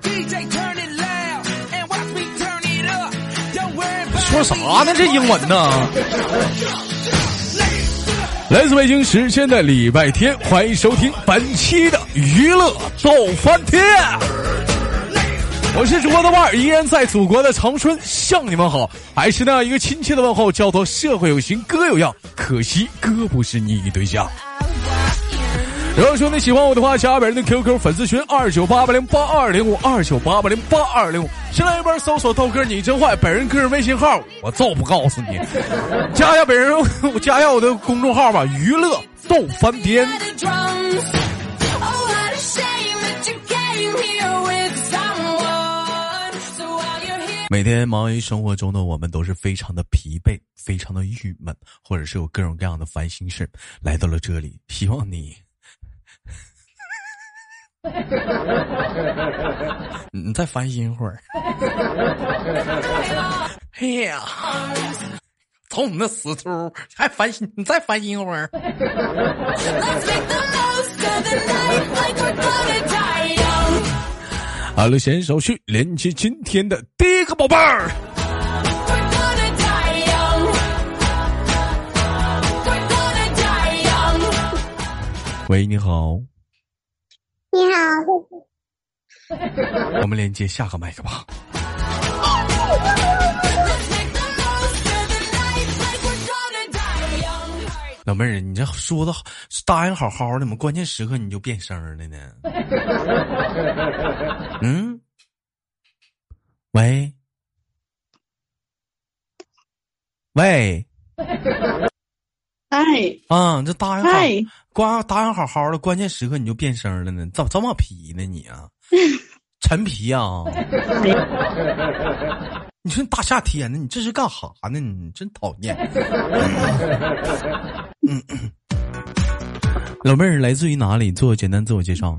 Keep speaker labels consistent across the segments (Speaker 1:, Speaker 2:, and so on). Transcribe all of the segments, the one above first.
Speaker 1: DJ turn it loud and watch me turn it up. Don't worry about
Speaker 2: 说啥呢？这英文呢？来自北京时间的礼拜天，欢迎收听本期的娱乐逗翻天。我是主播豆瓣儿，依然在祖国的长春向你们好，还是那样一个亲切的问候，叫做社会有型哥有样，可惜哥不是你对象。如果说你喜欢我的话，加本人的 QQ 粉丝群二九八八零八二零五二九八八零八二零五，新浪一边搜索豆哥你真坏，本人个人微信号我照不告诉你，加一下本人， 我加一下我的公众号吧，娱乐逗翻天。
Speaker 3: the drums. Oh, what a shame that you came here with someone. So while you're here.
Speaker 2: 每天忙于生活中的我们都是非常的疲惫，非常的郁闷，或者是有各种各样的烦心事儿来到了这里，希望你， 你再烦心一会儿。 哎呀，瞅你那死出，还烦心，你再烦心一会儿。
Speaker 3: Let's make the most of the night like we're gonna die young.
Speaker 2: 好了，闲手续，连接今天的第一个宝贝儿。
Speaker 3: We're gonna die young. We're gonna die young.
Speaker 2: 喂，你好，
Speaker 4: 你好，
Speaker 2: 我们连接下个麦克吧。
Speaker 3: Let's make the most of the night like we're gonna die young.
Speaker 2: 老妹儿，你这说的答应好好的，怎么关键时刻你就变声儿了呢？嗯，喂，喂，
Speaker 5: 嗨
Speaker 2: 啊，你这答应好
Speaker 5: 嗨，
Speaker 2: 关答应好好的，关键时刻你就变声儿了呢？怎怎么皮呢你啊？陈皮呀、你说你大夏天的，你这是干哈呢？你真讨厌。嗯嗯老妹儿来自于哪里？做简单自我介绍。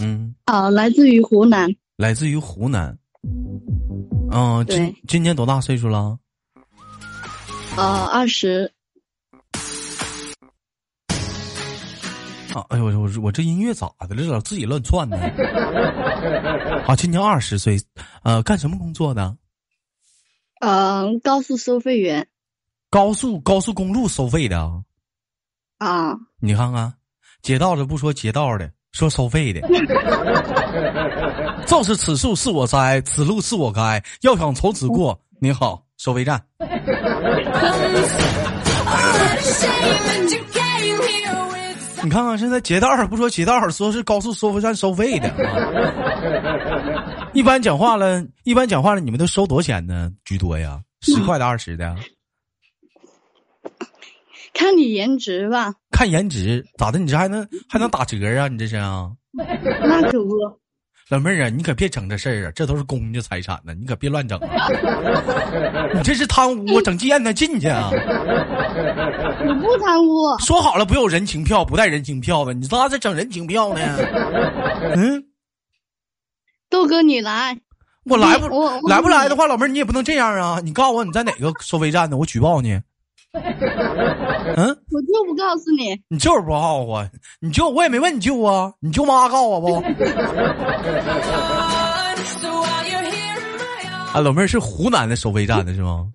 Speaker 2: 嗯，
Speaker 5: 啊，来自于湖南，
Speaker 2: 来自于湖南。嗯、今
Speaker 5: 对
Speaker 2: 今年多大岁数了？
Speaker 5: 呃，二十，
Speaker 2: 啊，哎呦，我我我这音乐咋的了？老自己乱窜呢？ 啊，今年二十岁，呃，干什么工作的？
Speaker 5: 呃，高速收费员
Speaker 2: 高速高速公路收费的啊？
Speaker 5: 啊，
Speaker 2: 你看看，劫道的不说劫道的，说收费的。 肇事此处是我栽，此路是我开，要想从此过。你好，收费站。
Speaker 3: What a shame that you came here with
Speaker 2: 你看看现在劫道儿不说劫道儿，说是高速收费站收费的啊。一般讲话了，一般讲话了，你们都收多少钱呢？居多呀，十块的、二十的，
Speaker 5: 看你颜值吧，
Speaker 2: 看颜值咋的？你这还能还能打折啊？你这是啊？
Speaker 5: 那可不，
Speaker 2: 老妹儿啊，你可别整这事儿啊，这都是公家财产呢，你可别乱整啊！你这是贪污啊，整妓院那进去啊！
Speaker 5: 我不贪污，
Speaker 2: 说好了不有人情票，不带人情票的，你咋这整人情票呢？嗯，
Speaker 5: 豆哥你来，
Speaker 2: 我来不
Speaker 5: 我我
Speaker 2: 来不来的话，老妹儿你也不能这样啊！你告诉我你在哪个收费站呢？我举报你。嗯，
Speaker 5: 我就不告诉你，
Speaker 2: 你就是不告诉我，你舅我也没问你舅啊，你舅妈告我不？
Speaker 3: someone. So while you're here, my own.
Speaker 2: 啊，老妹儿是湖南的收费站的是吗？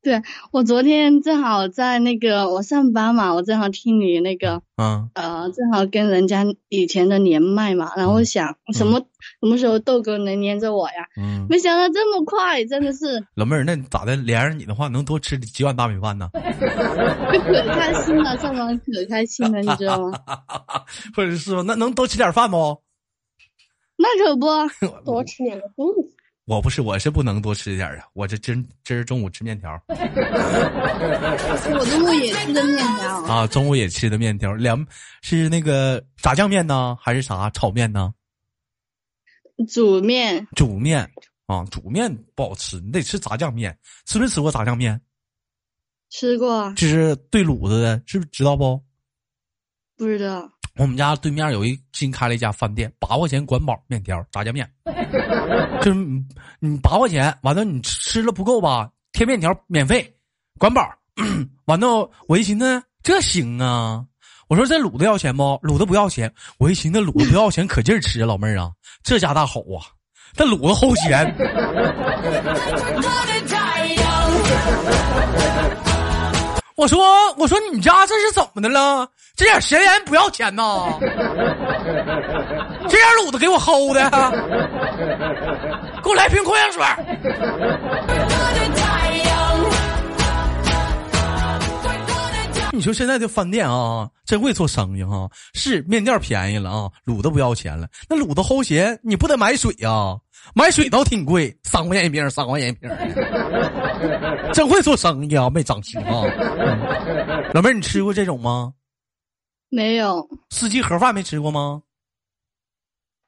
Speaker 5: 对我昨天正好在那个我上班嘛，我正好听你那个。
Speaker 2: 嗯，
Speaker 5: 呃，正好跟人家以前的连麦嘛，然后想什么、什么时候豆哥能连着我呀？
Speaker 2: 嗯
Speaker 5: 没想到这么快，真的是
Speaker 2: 老妹儿，那咋的？连上你的话，能多吃几碗大米饭呢？
Speaker 5: 就可开心了，上班可开心了，你知道吗？
Speaker 2: 或者是说，那能多吃点饭不？
Speaker 5: 那可不，
Speaker 4: 多吃点个东西。
Speaker 2: 我不是，我是不能多吃点儿啊！我这今今儿中午吃面条儿
Speaker 5: 我中午也吃的面条，
Speaker 2: 啊，中午也吃的面条儿，凉是那个炸酱面呢，还是啥炒面呢？
Speaker 5: 煮面
Speaker 2: 煮面啊，煮面不好吃，你得吃炸酱面。吃没吃过炸酱面？
Speaker 5: 吃过，
Speaker 2: 就是对卤子的，知不知道不？
Speaker 5: 不知道
Speaker 2: 我们家对面有一新开了一家饭店，八块钱管饱面条炸酱面，就是你你八块钱，完了你吃了不够吧，贴 面条免费，管饱。完了我一寻思这行啊，我说这卤的要钱不？卤的不要钱。我一寻思卤的不要钱，可劲儿吃，老妹儿啊，这家大吼啊，这卤子齁咸。
Speaker 3: Gonna die young.
Speaker 2: 我说我说你家这是怎么的了？这点咸盐不要钱呐？这点卤子给我齁的，给我来瓶矿泉水。
Speaker 3: Gonna die young. We're gonna die.
Speaker 2: 你说现在的饭店啊，真会做生意哈、是面店便宜了啊，卤子不要钱了，那卤子齁咸，你不得买水啊？买水倒挺贵，三块钱一瓶，三块钱一瓶，真会做生意啊，没长心啊。嗯老妹儿，你吃过这种吗？
Speaker 5: 没有
Speaker 2: 四季盒饭没吃过吗？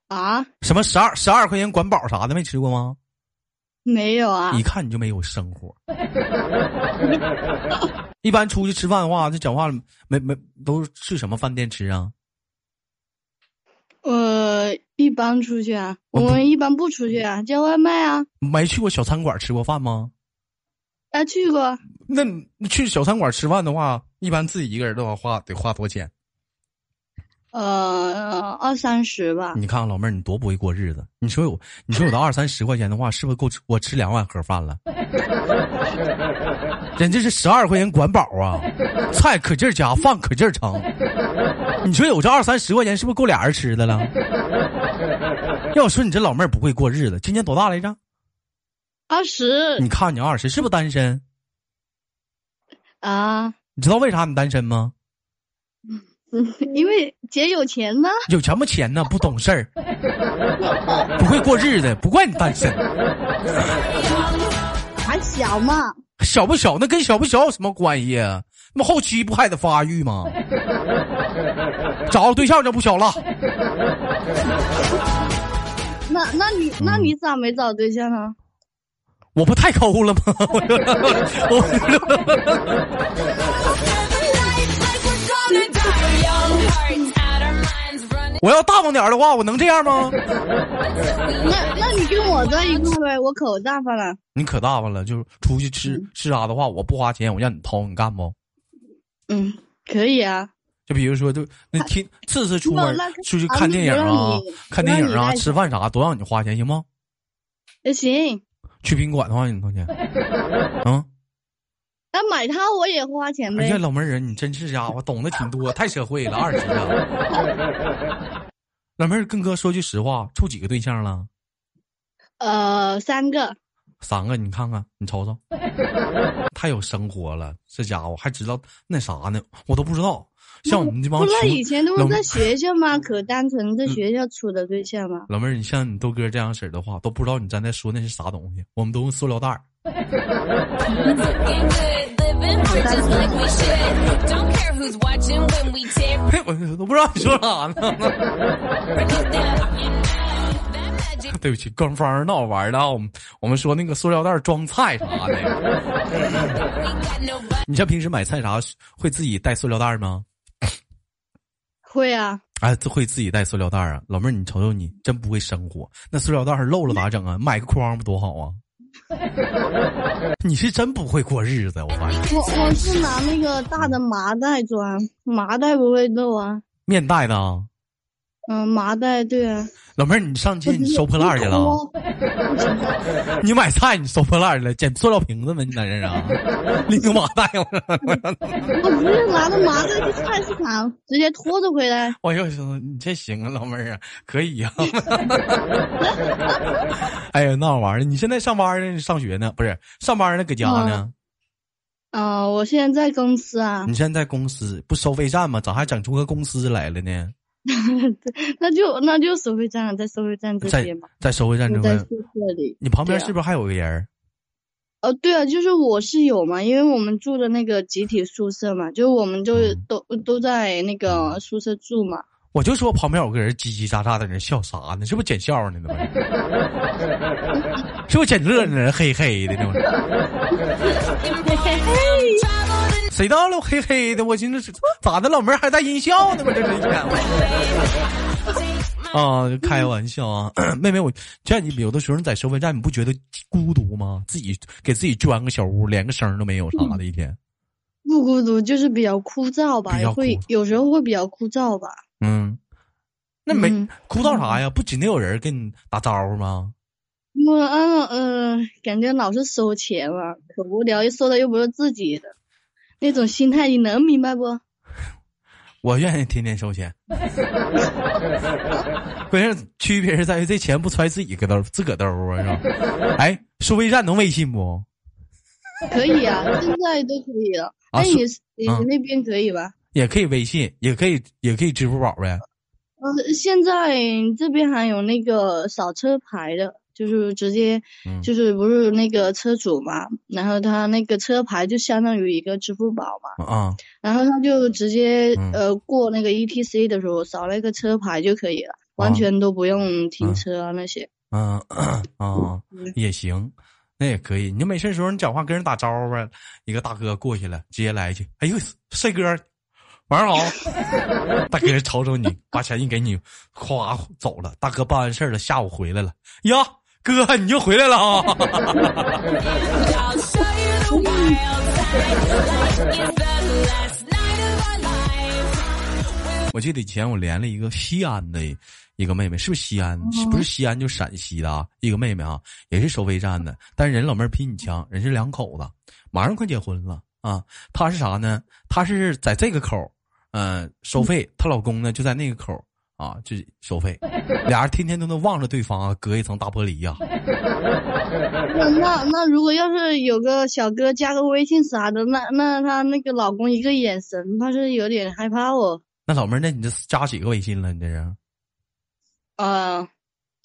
Speaker 5: 啊，
Speaker 2: 什么十二十二块钱管饱啥的没吃过吗？
Speaker 5: 没有啊
Speaker 2: 一，看你就没有生活。 一般出去吃饭的话，这讲话没没都是去什么饭店吃啊？
Speaker 5: 呃，一般出去啊，
Speaker 2: 我
Speaker 5: 我
Speaker 2: 不
Speaker 5: 们一般不出去啊，叫外卖啊。
Speaker 2: 没去过小餐馆吃过饭吗？
Speaker 5: 啊，去过，
Speaker 2: 那你去小餐馆吃饭的话，一般自己一个人的话花得花多少钱？
Speaker 5: 呃，二三十吧。
Speaker 2: 你看看老妹儿，你多不会过日子。你说有，你说有的二三十块钱的话，是不是够吃我吃两碗盒饭了？人这是十二块钱管饱啊，菜可劲儿加，饭可劲儿盛。你说有这二三十块钱，是不是够俩人吃的了？要我说你这老妹儿不会过日子，今年多大来着？
Speaker 5: 二十
Speaker 2: 你看你二十，是不是单身？
Speaker 5: 啊，
Speaker 2: 你知道为啥你单身吗？
Speaker 5: 因为姐有钱呢。
Speaker 2: 有什么钱呢？不懂事儿，不会过日子，不怪你单身。
Speaker 5: 还小嘛，
Speaker 2: 小不小，那跟小不小有什么关系啊？那么后期不还得发育吗？找个对象就不小了。
Speaker 5: 那那你
Speaker 2: 嗯
Speaker 5: 那你咋没找对象啊呢？
Speaker 2: 我不太抠了吗？ 我
Speaker 3: Life like we're gonna die young. Hearts out our minds running.
Speaker 2: 我要大方点儿的话，我能这样吗？
Speaker 5: 那那你跟我在一块儿呗，我可大方了。
Speaker 2: 你可大方了，就是出去吃吃啥的话，我不花钱，我让你掏，你干不？
Speaker 5: 嗯，可以啊。
Speaker 2: 就比如说，就那天次次出门
Speaker 5: 那那
Speaker 2: 出去看电影
Speaker 5: 啊那不
Speaker 2: 啊
Speaker 5: 让你、
Speaker 2: 看电影
Speaker 5: 不
Speaker 2: 啊、
Speaker 5: 让你
Speaker 2: 吃饭啥，都让你花钱，行吗？
Speaker 5: 也哎行，
Speaker 2: 去宾馆的话，你掏 钱。嗯，
Speaker 5: 那买它我也花钱
Speaker 2: 哎
Speaker 5: 呗
Speaker 2: 呀，。老妹儿啊，你真是家伙，懂得挺多，太社会了，二十啊。老妹儿，跟哥说句实话，处几个对象了？
Speaker 5: 呃，三个，
Speaker 2: 三个，你看看，你瞅瞅，太有生活了，这家伙还知道那啥呢，我都不知道。像我们这帮
Speaker 5: 不
Speaker 2: 穷
Speaker 5: 那以前都
Speaker 2: 老
Speaker 5: 是在学校嘛，可单纯在学校处的对象嘛。
Speaker 2: 老妹儿，你像你豆哥这样式儿的话，都不知道你刚才说那是啥东西，我们都用塑料袋儿。
Speaker 3: Looking good, living for just like we should. Don't care who's watching when we tear
Speaker 2: 嘿，我都不知道你说啥呢。
Speaker 3: it up. You know that magic
Speaker 2: 对不起，官方闹玩儿的啊，我们我们说那个塑料袋儿装菜啥的。
Speaker 3: we got nobody.
Speaker 2: 你像平时买菜啥，会自己带塑料袋儿吗？
Speaker 5: 会啊，
Speaker 2: 哎，这会自己带塑料袋儿啊，老妹儿，你瞅瞅你，真不会生活。那塑料袋儿漏了咋整啊？买个筐不多好啊？你是真不会过日子，我发现
Speaker 5: 我我是拿那个大的麻袋装，麻袋不会漏啊。
Speaker 2: 面带的啊。
Speaker 5: 嗯，麻袋对啊。
Speaker 2: 老妹儿，你上街你收破烂儿去了啊？你买菜你收破烂儿去了，捡塑料瓶子吗？你在这儿啊？拎个麻袋 我
Speaker 5: 我不是拿着麻袋去菜市场，直接拖着回来。
Speaker 2: 我又说你这行啊，老妹儿啊，可以啊。 哎呀，那玩意儿，你现在上班呢？上学呢？不是上班呢？搁家呢？
Speaker 5: 嗯、我现在在公司啊，
Speaker 2: 你现在在公司不收费站吗？咋还整出个公司来了呢？
Speaker 5: 那就那就收费站，在收费站这
Speaker 2: 在
Speaker 5: 边嘛，
Speaker 2: 在收费站
Speaker 5: 不
Speaker 2: 这
Speaker 5: 在
Speaker 2: 块
Speaker 5: 宿，舍里。
Speaker 2: 你旁边
Speaker 5: 对啊
Speaker 2: 是不是还有个人儿？
Speaker 5: 呃，对啊，就是我室友嘛，因为我们住的那个集体宿舍嘛，就我们就
Speaker 2: 嗯
Speaker 5: 都、都在那个宿舍住嘛。
Speaker 2: 我就说旁边有个人叽叽喳喳在那笑啥呢？是不是捡笑呢？那 不是，是不是捡乐呢？嘿嘿的那不是，
Speaker 3: Traveled in
Speaker 2: 谁到了嘿嘿的？我寻思是咋的，老妹儿还带音效呢？我这是一天啊，开玩笑啊， 妹妹，我像你有的时候你在收费站，你 不觉得孤独吗？自己给自己捐个小屋，连个声儿都没有啥的，一天
Speaker 5: 不孤独，就是比较枯燥吧，
Speaker 2: 比
Speaker 5: 也
Speaker 2: 较
Speaker 5: 会
Speaker 2: 枯
Speaker 5: 有时候会比较枯燥吧。
Speaker 2: 嗯，那没
Speaker 5: 嗯
Speaker 2: 哭到啥呀？不指定有人跟你打招呼吗？
Speaker 5: 我嗯嗯、呃感觉老是收钱嘛，可无聊，又收的又不是自己的，那种心态你能明白不？
Speaker 2: 我愿意天天收钱。 关键是区别是在于这钱不揣自己个兜，自个兜啊，是吧？ 哎，收费站能微信不？
Speaker 5: 可以 啊，现在都可以了。
Speaker 2: 啊
Speaker 5: 那
Speaker 2: 是
Speaker 5: 你是你
Speaker 2: 嗯
Speaker 5: 那边可以吧？
Speaker 2: 也可以微信，也可以，也可以支付宝呗。
Speaker 5: 呃，现在这边还有那个扫车牌的，就是直接
Speaker 2: 嗯
Speaker 5: 就是不是那个车主嘛，然后他那个车牌就相当于一个支付宝嘛，
Speaker 2: 啊、
Speaker 5: 然后他就直接
Speaker 2: 嗯
Speaker 5: 呃过那个 E T C 的时候扫那个车牌就可以了，
Speaker 2: 啊
Speaker 5: 完全都不用
Speaker 2: 嗯
Speaker 5: 停车啊那些。
Speaker 2: 嗯 啊、嗯
Speaker 5: 嗯
Speaker 2: 也行，那也可以。你就没事的时候，你讲话跟人打招呼啊，一个大哥过去了，直接来一句：“哎呦，帅哥，晚上好。”大哥瞅瞅你，把钱一给你，咵走了。大哥办完事儿了，下午回来了，呀，哥你又回来了啊！
Speaker 3: I'll show you the wild side. Life is the last night of our life.
Speaker 2: 我记得以前我连了一个西安的一个妹妹，是不是西安？
Speaker 5: 哦
Speaker 2: 是不是西安就陕西的啊，一个妹妹啊，也是收费站的，但是人老妹儿比你强，人是两口子，马上快结婚了啊。她是啥呢？她是在这个口儿，嗯、收费，她老公呢就在那个口儿啊，就收 费，俩人天天都能望着对方啊，隔一层大玻璃呀、
Speaker 5: 那那那如果要是有个小哥加个微信啥的，那那他那个老公一个眼神，他是有点害怕哦。
Speaker 2: 那老妹儿，那你这加几个微信了？你这是
Speaker 5: 呃，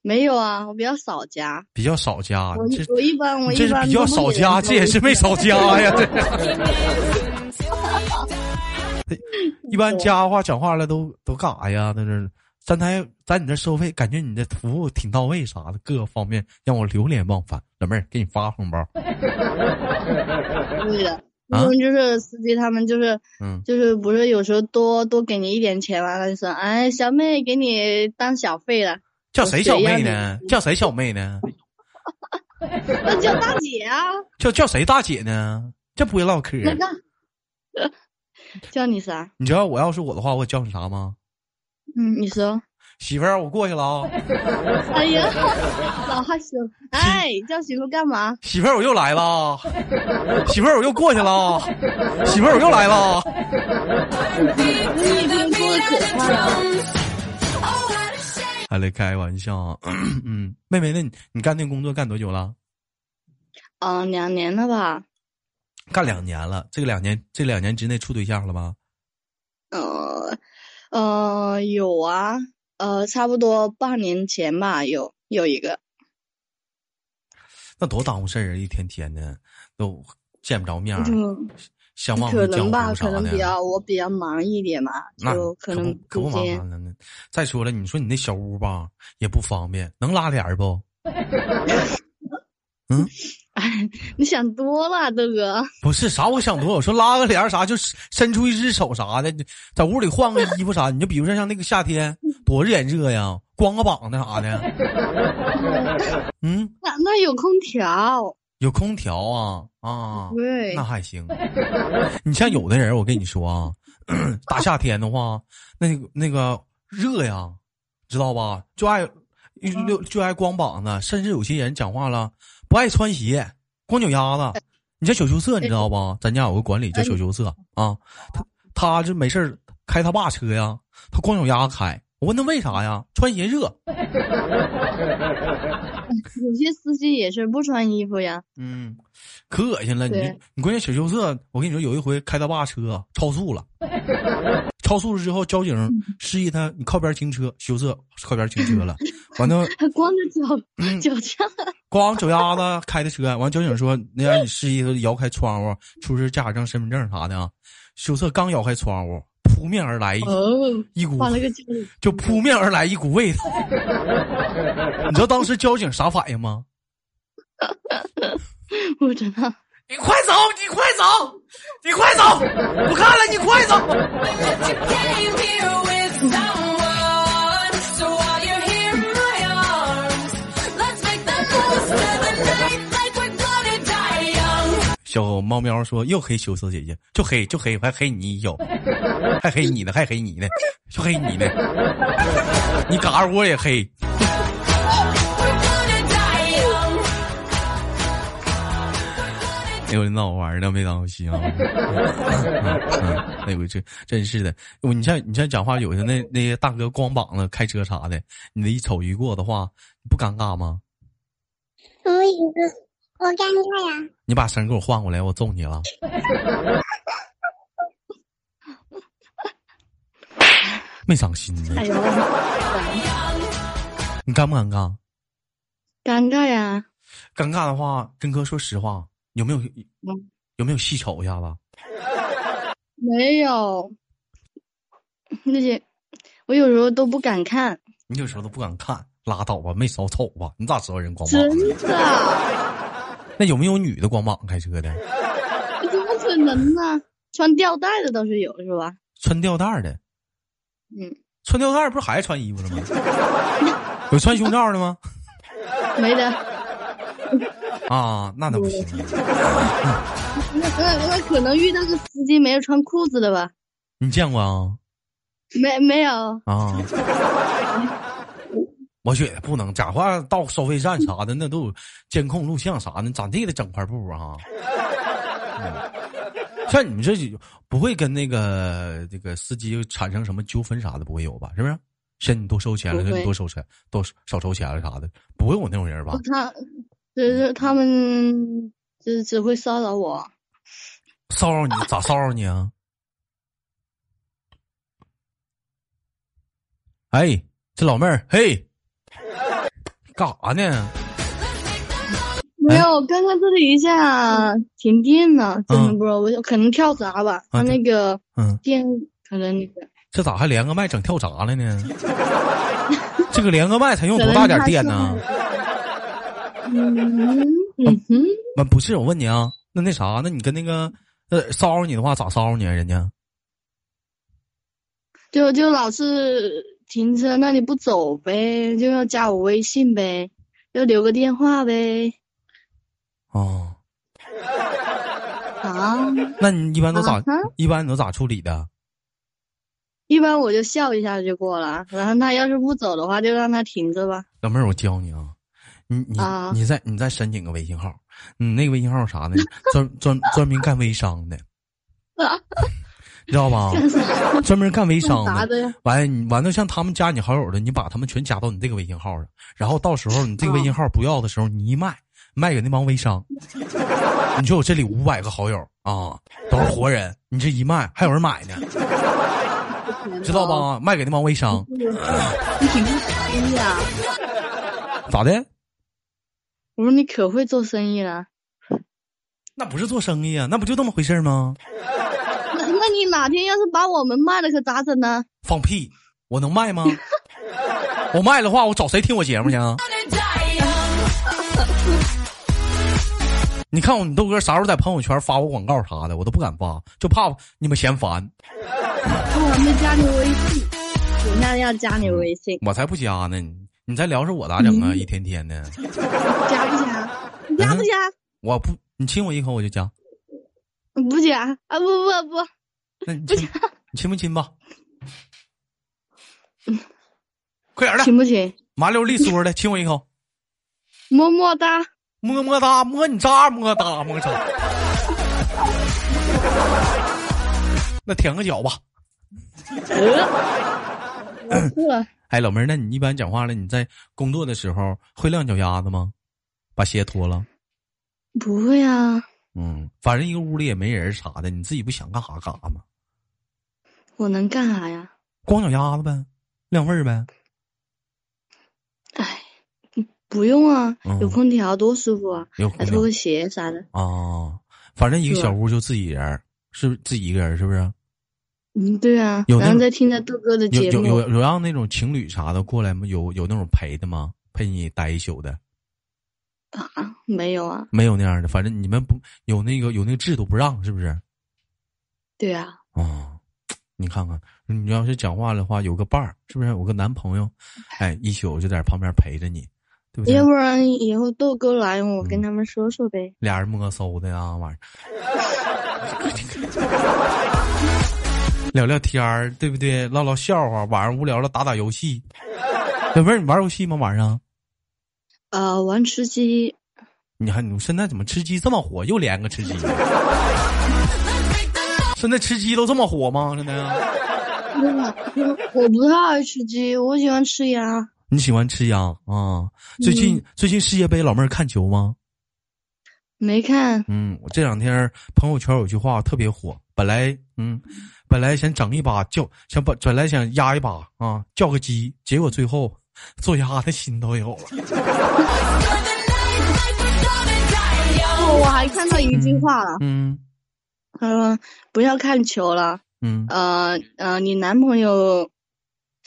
Speaker 5: 没有啊，我比较少加，
Speaker 2: 比较少加，
Speaker 5: 我
Speaker 2: 你
Speaker 5: 一
Speaker 2: 啊这
Speaker 5: 我一般我
Speaker 2: 你这
Speaker 5: 一
Speaker 2: 是
Speaker 5: 般
Speaker 2: 比
Speaker 5: 都
Speaker 2: 较
Speaker 5: 不
Speaker 2: 少
Speaker 5: 给人
Speaker 2: 加，
Speaker 5: 加
Speaker 2: 这也
Speaker 5: 微
Speaker 2: 是
Speaker 5: 信
Speaker 2: 没少加呀。这一般家话讲话了都都干啥呀？在这儿咱台在你这收费，感觉你的服务挺到位啥的，各个方面让我流连忘返。老妹儿，给你发红包。
Speaker 5: 对的。
Speaker 2: 啊
Speaker 5: 因为就是司机他们就是
Speaker 2: 嗯，
Speaker 5: 就是不是有时候多多给你一点钱完了就说哎小妹给你当小费了，
Speaker 2: 叫谁小妹
Speaker 5: 谁
Speaker 2: 呢
Speaker 5: 呀？
Speaker 2: 叫谁小妹呢？
Speaker 5: 那叫大姐啊，
Speaker 2: 叫叫谁大姐呢？这不会唠嗑。
Speaker 5: 那个叫你啥？
Speaker 2: 你知道我要是我的话，我叫你啥吗？
Speaker 5: 嗯，你说。
Speaker 2: 媳妇儿，我过去了啊、
Speaker 5: 哎呀，老害羞！哎，叫媳妇干嘛？
Speaker 2: 媳妇儿，我又来了啊。媳妇儿，我又过去了啊。媳妇儿，我又来了啊。
Speaker 5: 你已经过得可快了。
Speaker 3: Oh, what a shame.
Speaker 2: 还来开玩笑啊。嗯，妹妹，那你你干那个工作干多久了？
Speaker 5: 啊、两年了吧？
Speaker 2: 干两年了，这个两年这两年之内处对象了吧？
Speaker 5: 呃，呃，有啊，呃，差不多半年前吧，有有一个。
Speaker 2: 那多耽误事儿啊！一天天的都见不着面儿，
Speaker 5: 嗯，
Speaker 2: 相忘于
Speaker 5: 可
Speaker 2: 江
Speaker 5: 能吧，
Speaker 2: 湖
Speaker 5: 可
Speaker 2: 啥
Speaker 5: 能
Speaker 2: 的
Speaker 5: 比。较我比较忙一点嘛，
Speaker 2: 那
Speaker 5: 就可
Speaker 2: 不
Speaker 5: 能
Speaker 2: 可不啊
Speaker 5: 中
Speaker 2: 麻
Speaker 5: 间
Speaker 2: 烦了呢。再说了，你说你那小屋吧也不方便，能拉帘儿不？
Speaker 5: 哎你想多了，豆哥。
Speaker 2: 不是啥，我想多了。我说拉个帘儿啥，就是伸出一只手啥的，在屋里换个衣服啥。你就比如说像那个夏 天，多炎热呀，光个膀子啥的。嗯，
Speaker 5: 那那有空调，
Speaker 2: 有空调啊啊。
Speaker 5: 对
Speaker 2: 那，还行。 你像有的人，我跟你说啊， 大夏天的话，那个那个热呀，知道吧？就爱就就爱光膀子，甚至有些人讲话了不爱穿鞋，光脚丫子。你像小羞涩，你知道吧？咱家有个管理叫小羞涩啊，他他这没事儿开他爸车呀，他光脚丫子开。我问他为啥呀？穿鞋热。
Speaker 5: 有些司机也是不穿衣服呀。
Speaker 2: 嗯，可恶心了！你
Speaker 5: 对
Speaker 2: 这你关键小羞涩，我跟你说，有一回开他爸车超速 了，超速了之后，交警示意他你靠边停车，羞涩靠边停车了。完了，
Speaker 5: 他光着
Speaker 2: 嗯
Speaker 5: 脚脚架，
Speaker 2: 光脚丫子开的车，完交警说那让你示意他摇开窗户，出示驾驶证、身份证啥的啊。羞涩刚摇开窗户，扑面而来一
Speaker 5: 哦，
Speaker 2: 一股
Speaker 5: 换了个脚。
Speaker 2: 就扑面而来一股 味道。你知道当时交警啥反应吗？
Speaker 5: 我知道，
Speaker 2: 你快走！你快走！你快走！不看了，你快走！
Speaker 3: But you came here with someone. So while you're here in my arms, let's make the most of the night like we're gonna die young.
Speaker 2: 小小猫喵说又黑羞涩姐姐，就黑就黑，还黑你一宿，还黑你呢，还黑你呢，就黑你呢，你嘎儿我也黑。
Speaker 3: We're gonna die young.
Speaker 2: 哎那回闹玩的没当回事啊！嗯那回这真是的，我你像你像讲话，有的那那些大哥光膀子开车啥的，你那一瞅一过的话，你不尴尬吗？
Speaker 4: 我有个，我尴尬呀，
Speaker 2: 你把声给我换过来，我揍 你了！没长心呢
Speaker 5: 哎，呦，
Speaker 2: 你尴不尴尬？
Speaker 5: 尴尬呀！
Speaker 2: 尴尬的话，跟哥说实话，有没有
Speaker 5: 嗯
Speaker 2: 有没有细瞅一下子？
Speaker 5: 没有那些，我有时候都不敢看，
Speaker 2: 你有时候都不敢看，拉倒吧，没少瞅吧？你咋知道人光膀
Speaker 5: 真
Speaker 2: 子？
Speaker 5: 的，
Speaker 2: 那有没有女的光膀子开车的？
Speaker 5: 怎么可能呢？穿吊带的倒是有，是吧？
Speaker 2: 穿吊带儿的，
Speaker 5: 嗯，
Speaker 2: 穿吊带儿不是还穿衣服了吗？有穿胸罩的吗？
Speaker 5: 没的，
Speaker 2: 啊，那那不行，
Speaker 5: 那那那可能遇到个司机没有穿裤子的吧？
Speaker 2: 你见过啊？
Speaker 5: 没没有，
Speaker 2: 啊， 我觉得不能，讲话到收费站啥的，那都有监控录像啥的，咋地得整块布啊？嗯像你们这就不会跟那个这个司机产生什么纠纷啥的，不会有吧？是不是？嫌你多收钱了，
Speaker 5: 不会
Speaker 2: 嫌你多收钱，多少收钱了啥的，不会有那种人吧？
Speaker 5: 他就是他们只只会骚扰我，
Speaker 2: 骚扰你咋骚扰你啊？哎，这老妹儿，嘿，干啥呢？
Speaker 5: 没有，刚刚这里一下停电了，真的
Speaker 2: 嗯
Speaker 5: 不知道，我可能跳闸吧，
Speaker 2: 啊
Speaker 5: 它那个
Speaker 2: 嗯，
Speaker 5: 电可能那个，
Speaker 2: 这咋还连个麦整跳闸了 呢？这个连个麦才用多大点电呢？
Speaker 5: 嗯嗯哼，
Speaker 2: 那不是我问你啊，那那啥，那你跟那个呃骚扰你的话咋骚扰你啊？人家
Speaker 5: 就就老是停车那里不走呗，就要加我微信呗，就留个电话呗，
Speaker 2: 哦，
Speaker 5: 啊，
Speaker 2: 那你一般都咋
Speaker 5: 啊哈？
Speaker 2: 一般你都咋处理的？
Speaker 5: 一般我就笑一下就过了，啊然后他要是不走的话，就让他停着吧，
Speaker 2: 老妹儿，我教你啊，你你、
Speaker 5: 啊
Speaker 2: 你再你再申请个微信号，你那个微信号啥的， 专专专门干微商 的，知道吧？专门干微商
Speaker 5: 干啥
Speaker 2: 的。
Speaker 5: 的呀？
Speaker 2: 完了，你完了，像他们加你好友的，你把他们全加到你这个微信号上，然后到时候你这个微信号不要的时候，你一卖，卖给那帮微商。你说我这里五百个好友啊，都是活人，你这一卖还有人买呢，知道吧？卖给那帮微商，
Speaker 5: 你挺会做生意啊！
Speaker 2: 咋的？
Speaker 5: 我说你可会做生意了，
Speaker 2: 那不是做生意啊，那不就这么回事吗？
Speaker 5: 那那你哪天要是把我们卖了可咋整呢？
Speaker 2: 放屁！我能卖吗？ 我卖的话，我找谁听我节目去啊？
Speaker 3: Gonna die young.
Speaker 2: 你看我你豆哥啥时候在朋友圈发过广告啥的，我都不敢发，就怕你们嫌烦，
Speaker 5: 我还没加你微信，等一下要加你微信，
Speaker 2: 我才不加呢。你你再聊是我咋整啊？一天天的，
Speaker 5: 加不加？你加不加？
Speaker 2: 我不，你亲我一口我就加，
Speaker 5: 不加啊！不不不，
Speaker 2: 那你亲你亲不亲吧？快点的，
Speaker 5: 行不行？
Speaker 2: 麻溜利索的亲我一口，
Speaker 5: 么么哒，
Speaker 2: 么么哒，摸你渣，么哒么渣。那舔个脚吧。
Speaker 5: 够呃了。
Speaker 2: 哎，老妹儿，那你一般讲话了，你在工作的时候会晾脚丫子吗？把鞋脱了，
Speaker 5: 不会啊，
Speaker 2: 嗯，反正一个屋里也没人啥的，你自己不想干啥干啥嘛，
Speaker 5: 我能干啥呀？
Speaker 2: 光脚丫子呗，晾味儿呗。
Speaker 5: 哎，不用啊
Speaker 2: 嗯，
Speaker 5: 有空调多舒服啊！
Speaker 2: 有
Speaker 5: 还
Speaker 2: 空调
Speaker 5: 脱个鞋啥的，
Speaker 2: 啊，反正一个
Speaker 5: 是
Speaker 2: 小屋就自己人儿，是不是自己一个人，是不是？
Speaker 5: 嗯，对啊。
Speaker 2: 有那
Speaker 5: 然
Speaker 2: 种
Speaker 5: 后再听着豆哥的
Speaker 2: 有
Speaker 5: 节
Speaker 2: 有
Speaker 5: 目
Speaker 2: 有，有让那种情侣啥的过来吗？有有那种陪的吗？陪你待一宿的？
Speaker 5: 啊，没有啊？
Speaker 2: 没有那样的，反正你们不有那个有那个制度不让，是不是？
Speaker 5: 对啊，
Speaker 2: 啊，你看看，你要是讲话的话，有个伴儿，是不是？有个男朋友，哎，一宿就在旁边陪着你，嗯对不对
Speaker 5: 要？不然以后豆哥来，我跟他们说说呗。
Speaker 2: 俩人摸搜的啊，玩意儿，聊聊天儿， 对不对？唠唠笑话，晚上无聊了打打游戏。小妹儿，你玩游戏吗？晚上？
Speaker 5: 啊，玩吃鸡，
Speaker 2: 你看你现在怎么吃鸡这么火？又连个吃鸡。 现在吃鸡都这么火吗？现在啊
Speaker 5: 我不太爱吃鸡，我喜欢吃鸭。
Speaker 2: 你喜欢吃鸭啊、最近、最近世界杯，老妹儿看球吗？
Speaker 5: 没看，
Speaker 2: 嗯，我这两天朋友圈有句话特别火，本来嗯，本来想整一把叫，想把本来想压一把啊，叫个鸡，结果最后 做鸭的心都有了。
Speaker 5: 哦我还看到一句话了，
Speaker 2: 嗯
Speaker 5: 他说不要看球了，
Speaker 2: 嗯，
Speaker 5: 呃呃，你男朋友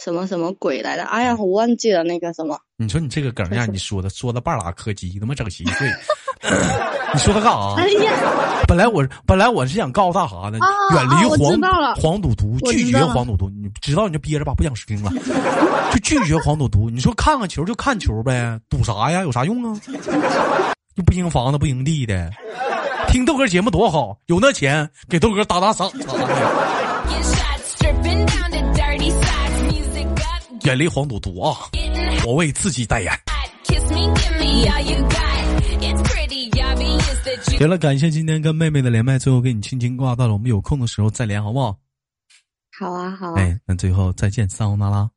Speaker 5: 什么什么鬼来的？哎呀，我忘记了那个什么。
Speaker 2: 你说你这个梗让你说的说的半拉柯基，他妈整稀碎。 你说他干啊啥
Speaker 5: 哎？呀，
Speaker 2: 本来我本来我是想告诉大啥呢，
Speaker 5: 啊
Speaker 2: 远离
Speaker 5: 啊我知
Speaker 2: 黄、
Speaker 5: 道了
Speaker 2: 黄赌毒，
Speaker 5: 我
Speaker 2: 拒
Speaker 5: 知
Speaker 2: 绝
Speaker 5: 道了
Speaker 2: 黄赌毒。你知道你就憋着吧，不想听了， 就拒绝黄赌毒。你说看看球就看球呗，赌啥呀？有啥用啊？ 又不赢房子不赢地的，听豆哥节目多好，有那钱给豆哥打打赏啥的。
Speaker 3: Get shot, stripping down to dirty socks. Music up,
Speaker 2: 远离黄赌毒啊！
Speaker 3: getting
Speaker 2: 我为自己代言。
Speaker 3: hot. Kiss me, give me all you got. It's pretty obvious that you
Speaker 2: 行了，感谢今天跟妹妹的连麦，最后给你轻轻挂断了。我们有空的时候再连好不好？
Speaker 5: 好啊好啊，
Speaker 2: 哎，那最后再见，撒欧那拉，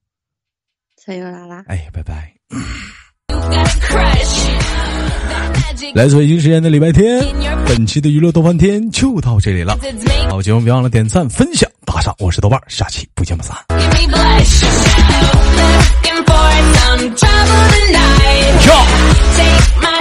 Speaker 5: 加油啦啦！
Speaker 2: 哎，拜拜。
Speaker 3: got a crush. The magic
Speaker 2: 来自北京时间的礼拜天，
Speaker 3: in your
Speaker 2: 本期的娱乐多翻天就到这里了。
Speaker 3: it's making
Speaker 2: 好节目别忘了点赞、分享、打赏。我是豆瓣儿，下期不见不散。
Speaker 3: me blush. Looking for some trouble tonight. Take my